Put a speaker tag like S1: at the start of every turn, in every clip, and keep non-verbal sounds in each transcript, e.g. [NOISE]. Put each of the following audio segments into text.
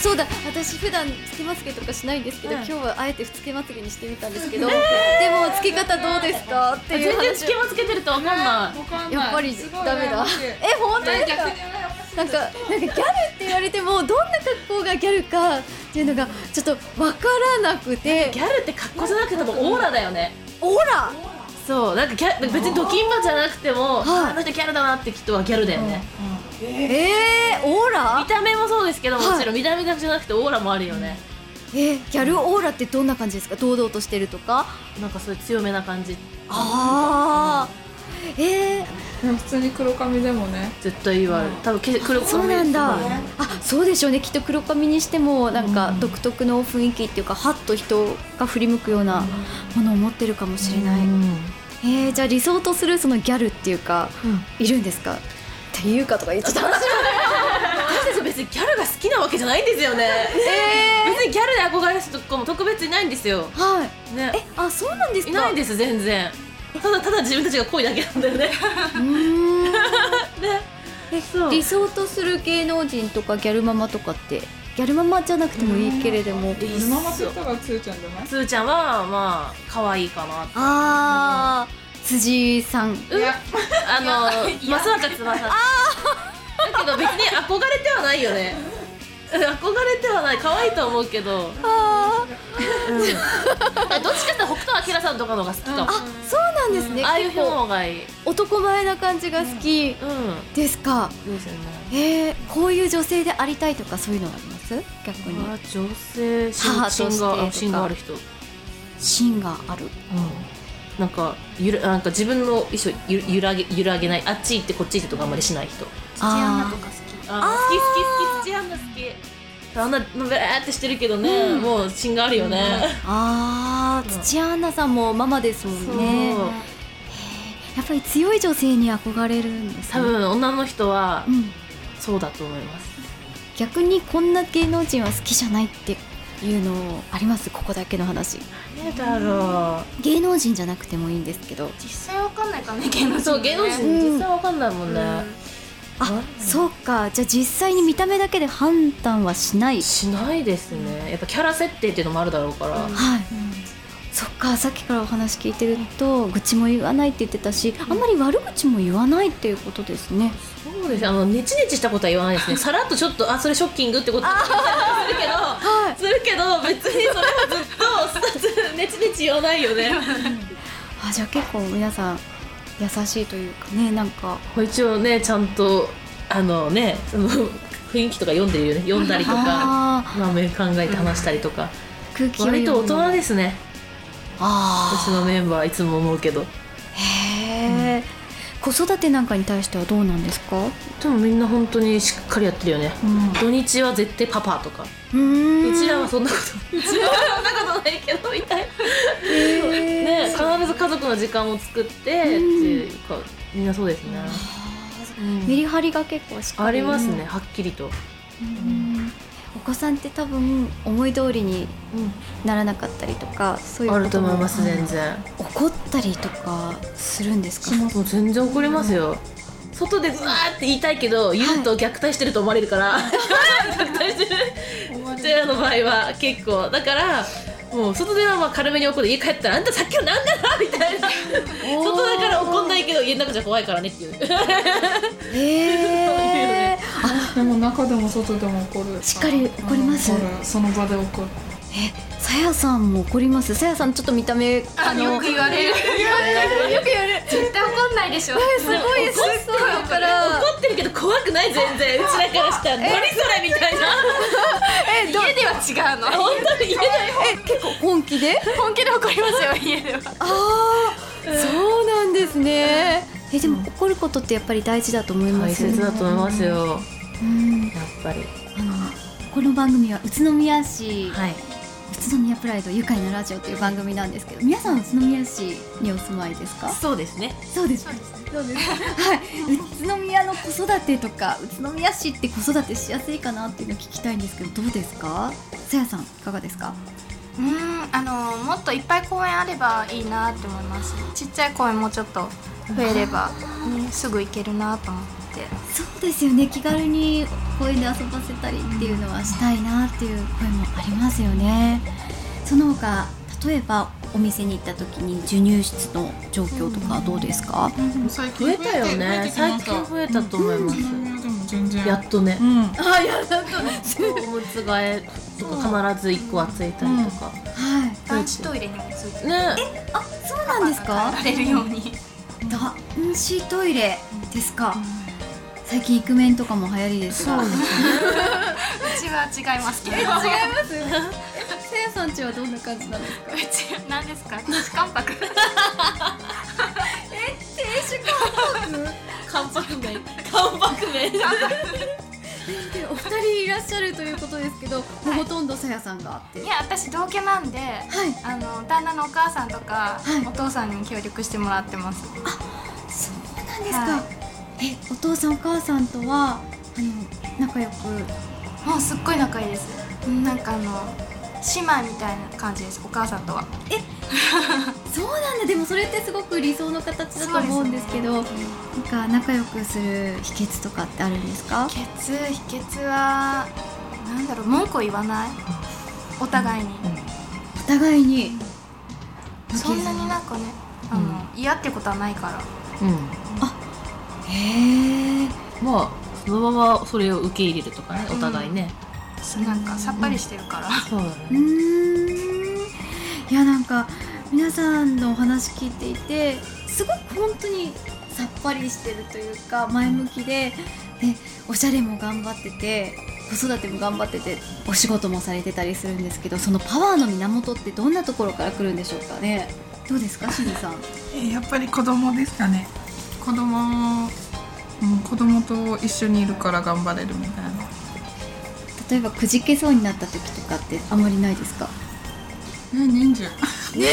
S1: そうだ私普段つけまつげとかしないんですけど、
S2: うん
S1: 今日はあえてつけまつげにしてみたんですけどでもつけ方どうですかって
S2: 全
S1: いう
S2: 然
S1: 話
S2: つけまつけてるとわかんな
S3: わかんない
S1: やっぱり
S3: すごい
S1: ダメだ
S3: 羨ましい
S1: え本当ですか
S3: 逆に羨ましい
S1: なんかなんかギャルって言われてもどんな格好がギャルかっていうのがちょっとわからなくて
S2: いギャルって格好じゃなくてもオーラだよね
S1: オラ
S2: そうなんかギャ別にドキンバじゃなくても
S1: はい
S2: あの人ギャルだなって人はギャルだよね
S1: えー、オー
S2: 見
S1: ラ
S2: た目もそうですけども
S1: はい
S2: ちろん見た目だけじゃなくてオーラもあるよね
S1: えー、ギャルオーラってどんな感じですか堂々としてるとか
S2: なんかそういう強めな感じ
S1: ああえー、
S3: でも普通に黒髪でもね
S2: 絶対言われる多分け黒子
S1: そうなんだ
S2: そうだね
S1: あそうでしょうねきっと黒髪にしてもなんか独特の雰囲気っていうかはっと人が振り向くようなものを持ってるかもしれない、
S2: うん
S1: えー、じゃあ理想とするそのギャルっていうかいるんですかっていうかとか言っちゃった
S2: 私たち別にギャルが好きなわけじゃないんですよ [LAUGHS] ね
S1: え
S2: 別にギャルで憧れる人とかも特別いないんですよ
S1: ー、はい
S2: ね
S1: えあそうなんですか
S2: いないです全然ただただ自分たちが濃いだけなんだよね
S1: うーん
S2: ね
S1: え
S2: そう
S1: 理想とする芸能人とかギャルママとかってギャルママじゃなくてもいいけれども
S2: うん
S3: 今まで言ったらつーちゃんじゃない
S2: つーちゃんはまあ可愛いかな
S1: あー辻井さん
S2: うん
S3: いや
S2: あの
S3: いや
S2: 松坂翼だけど別に憧れてはないよねうん憧れてはない可愛いと思うけど
S1: あ
S2: どっちかっていうと北斗晶さんとかの方が好きかも、
S3: うん
S2: あ
S1: そうなんですね、
S2: ああいう
S1: 結構
S2: 方がいい
S1: 男前な感じが好き
S2: う
S1: ですか、
S2: んですよね
S1: えー、こういう女性でありたいとかそういうのはあります逆に
S2: あ女性
S1: 母として
S2: 芯
S1: とか
S2: が芯がある人
S1: 芯がある
S2: なんかゆらなんか自分の衣装ゆ揺らげ揺らげないあっち行ってこっち行ってとかあんまりしない人
S1: 土穴とか
S2: あ好き好き好き土屋アンナ好きあんなのべーってしてるけどね、もう芯があるよね、
S1: あー土屋アンナさんもママですもんね
S2: そう
S1: やっぱり強い女性に憧れるんです、ね、
S2: 多、分女の人は
S1: うん、
S2: そうだと思います
S1: 逆にこんな芸能人は好きじゃないっていうのありますここだけの話
S2: 誰だろ
S1: 芸能人じゃなくてもいいんですけど
S4: 実際わかんないからね芸能人
S2: そう芸能人
S1: うん
S2: 実際わかんないもんね、
S1: あそうかじゃあ実際に見た目だけで判断はしない
S2: しないですねやっぱキャラ設定っていうのもあるだろうから、
S1: はい、そっかさっきからお話聞いてると愚痴も言わないって言ってたしあんまり悪口も言わないっていうことですね
S2: そうですあのネチネチしたことは言わないですねさらっとちょっとあそれショッキングってことはするけど、するけど別にそれはずっと [LAUGHS] ずっとネチネチ言わないよね
S1: あじゃあ結構皆さん優しいというかねなんか
S2: 一応ねちゃんとあのねその雰囲気とか読んでるよね読んだりとか
S1: あ
S2: まあ面考えて話したりとか、
S1: ー空気を
S2: 割と大人
S1: で
S2: ですね
S1: あ
S2: 私のメンバーいつも思うけど
S1: ーへえ、子育てなんかに対してはどうなんですかう
S2: でもみんな本当にしっかりやってるよね、土日は絶対パパとか、
S1: ーん
S2: うちらはそんなことう [LAUGHS] ちらはそんなことないけどみたいな
S1: へえ
S2: ね、必ず家族の時間を作ってっていうか、みんなそうですね、うん
S1: メリハリが結構しっか
S2: あ
S1: り
S2: りますね、はっきりと、
S1: うんお子さんって多分思い通りにならなかったりとかそういう
S2: あ
S1: ことも
S2: ると思います全然
S1: 怒ったりとかするんですか
S2: もう全然怒りますよ外でうわーって言いたいけど言うと虐待してると思われるから、虐待 [LAUGHS] してるうちらの場合は結構だからもう外ではまあ軽めに怒る家帰ったら「あんたさっきのなんだな」みたいな外だから怒んないけど家の中じゃ怖いからねっていう
S1: へえ
S3: でも中でも外でも怒る
S1: しっかり怒ります
S3: うん怒るその場で怒る
S1: えさやさんも怒りますさやさんちょっと見た目あのよく言われるよく言われる
S4: 絶対わかんないでしょ
S1: すごいすっごいだから
S2: 怒ってるけど怖くない全然うちらからしたら何それみたいな [LAUGHS]
S4: 家では違うの
S2: 本当に家で
S1: え結構本気で
S4: 本気で怒りますよ家では
S1: ああ、そうなんですね。え、でも怒ることってやっぱり大事だと思いま
S2: 大
S1: す。
S2: 切だと思いますよ
S1: うん、
S2: やっぱり
S1: あの、この番組は宇都宮市、
S2: はい
S1: 宇都宮プライド愉快なラジオという番組なんですけど、皆さん宇都宮市にお住まいですか。
S2: そうですね
S1: そうです。そうです。はい、宇都宮の子育てとか、宇都宮市って子育てしやすいかなっていうのを聞きたいんですけど、どうですか。さやさん、いかがですか。
S4: うーんあのもっといっぱい公園あればいいなって思いますちっちゃい公園もうちょっと増えれば、ね、すぐ行けるなと思って
S1: そうですよね気軽に公園で遊ばせたりっていうのはしたいなっていう声もありますよねその他例えばお店に行った時に授乳室の状況とかどうですか、
S3: 最近
S2: 増えたよ
S3: 増えて
S2: ね
S3: き
S2: 最
S3: ました
S2: 近増えたと思います、
S3: うんでも全然
S2: やっとね
S3: うん
S2: あやだとおむつ替えとか必ず一個はついたりとか、
S1: はい
S4: 男子トイレにもついて
S2: ね
S1: あそうなんですか
S4: 帰られるように
S1: 男子トイレですか、最近イクメンとかも流行りですが
S2: そうね
S4: うちは違いますけど違い
S1: ますせやさんちはどんな感じなんですか
S4: うち何ですか私関 [LAUGHS] 白
S2: 関白麺関白麺
S1: お二人いらっしゃるということですけど、もうほとんどさやさんがあって
S4: いや私同居なんで
S1: はい
S4: あの旦那のお母さんとか、
S1: はい
S4: お父さんに協力してもらってます
S1: そうなんですか、
S4: は
S1: えお父さんお母さんとはあの仲良く
S4: もうすっごい仲いいですうんなんかあの姉妹みたいな感じですお母さんとは
S1: そうなんだでもそれってすごく理想の形だと思うんですけどなんか仲良くする秘訣とかってあるんですか
S4: 秘訣秘訣はなんだろう文句を言わないお互いに、
S1: お互いに
S4: そんなになんかねあの、嫌ってことはないから
S2: う
S1: へえ
S2: んまあそのままそれを受け入れるとかねお互いね、
S4: なんかさっぱりしてるから、
S2: そうだ
S1: う
S2: ね
S1: ーんいやなんか皆さんのお話聞いていてすごく本当にさっぱりしてるというか前向きででおしゃれも頑張ってて子育ても頑張っててお仕事もされてたりするんですけどそのパワーの源ってどんなところから来るんでしょうかねどうですかしずさん
S3: えやっぱり子供ですかね子供うん子供と一緒にいるから頑張れるみたいな
S1: 例えばくじけそうになった時とかってあまりないですか
S3: え年中
S1: 年中年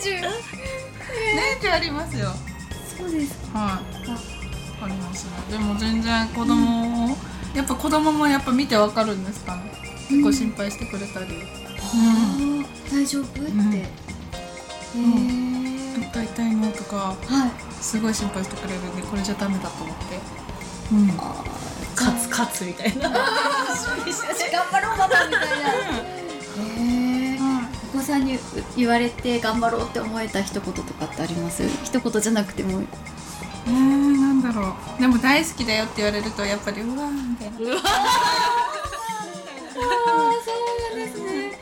S1: 中
S3: 年中ありますよ
S1: そうです
S3: はいありますねでも全然子供を、やっぱ子供もやっぱ見てわかるんですかね結構心配してくれたり、
S1: はあ大丈夫って、
S3: うん
S1: へえ
S3: どっか痛いのとか
S1: はい
S3: すごい心配してくれるんでこれじゃダメだと思って、うん、
S2: 勝つ勝つみたいな
S1: 頑張ろうママみたいな。へえ。お子さんに言われて頑張ろうって思えた一言とかってあります？一言じゃなくても。
S3: えー、なんだろうでも大好きだよって言われるとやっぱりうわーみたいな
S1: そうなんですね。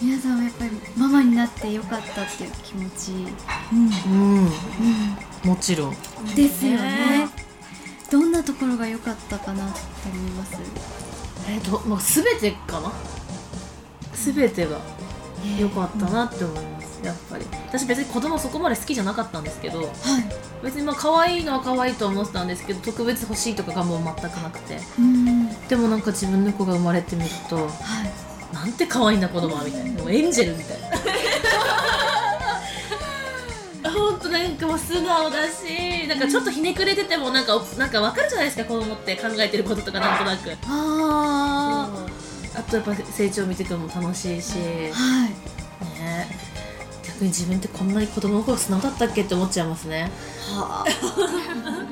S1: 皆さんはやっぱりママになってよかったっていう気持ち、
S2: うんもちろん
S1: ですよね。どんなところが良かったかなって思います。
S2: えっともう全てかな全てが良かったなって思いますやっぱり私別に子供そこまで好きじゃなかったんですけど
S1: はい。
S2: 別にまあ可愛いのは可愛いと思ってたんですけど特別欲しいとかがもう全くなくて
S1: うん。は
S2: でもなんか自分の子が生まれてみると
S1: い。
S2: なんて可愛いんだ子供はみたいなもうエンジェルみたいなほんとなんかもう素直だしなんかちょっとひねくれててもなんかなんか分かるじゃないですか子供って考えてることとかなんとなく
S1: あ
S2: あとやっぱ成長見てくのも楽しい
S1: あ。
S2: し
S1: はい。
S2: ね逆に自分ってこんなに子供の頃素直だったっけって思っちゃいますね
S1: はあ。